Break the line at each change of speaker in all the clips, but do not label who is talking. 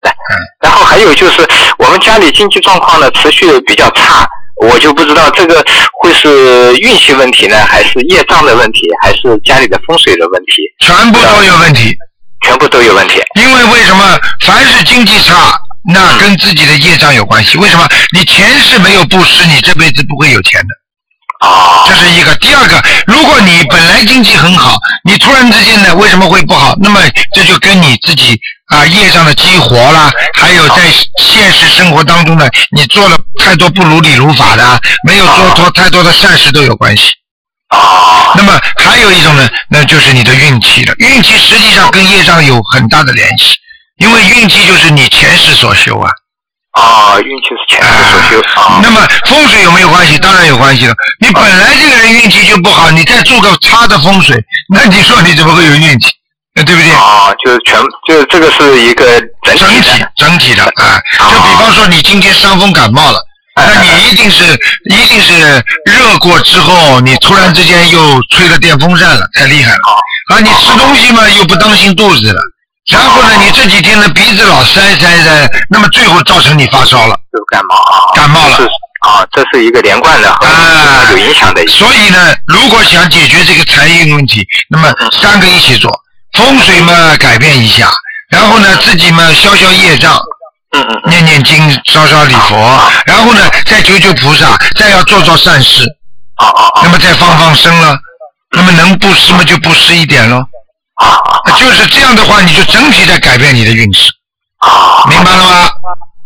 的。然后还有就是我们家里经济状况呢持续比较差，我就不知道这个会是运气问题呢，还是业障的问题，还是家里的风水的问题，
全部都有问题。
全部都有问题。
因为为什么凡是经济差，那跟自己的业障有关系？为什么你前世没有布施，你这辈子不会有钱的？
哦
这是一个。第二个，如果你本来经济很好，你突然之间呢，为什么会不好？那么这就跟你自己啊、业障的激活啦，还有在现实生活当中呢，你做了太多不如理如法的，啊没有做多太多的善事都有关系。
哦
那么还有一种呢，那就是你的运气了。运气实际上跟业障有很大的联系，因为运气就是你前世所修啊。
哦，运气是前世所修。哦
那么风水有没有关系？当然有关系了。你本来这个人运气就不好，你再住个差的风水，那你说你怎么会有运气？呃对不对？
哦，就是全，就是这个是一个整
整
体
体
的。
整体的啊，就比方说你今天伤风感冒了，那你一定是一定是热过之后，你突然之间又吹了电风扇了，太厉害了啊！你吃东西嘛又不当心肚子了，然后呢你这几天的鼻子老塞塞塞，那么最后造成你发烧了。
就是感冒啊，
感冒了
这是啊，这是一个连贯的，
啊
有影响的。
所以呢，如果想解决这个财运问题，那么三个一起做，风水嘛改变一下，然后呢自己嘛消消业障，
嗯嗯嗯，
念念经，烧烧礼佛，然后呢再求求菩萨，再要做做善事，
哦哦哦
那么再放放生了，那么能布施嘛就布施一点喽。
哦
就是这样的话，你就整体在改变你的运势，啊
哦
明白了吗？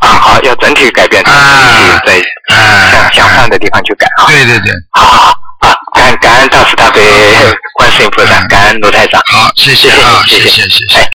啊，好，要整体改变，整
啊
体在
哎、
向向善的地方去改啊。
对对对，
好好好啊，感感恩大慈大悲观世音菩萨，感恩卢太长。
好，谢谢啊，谢谢谢谢。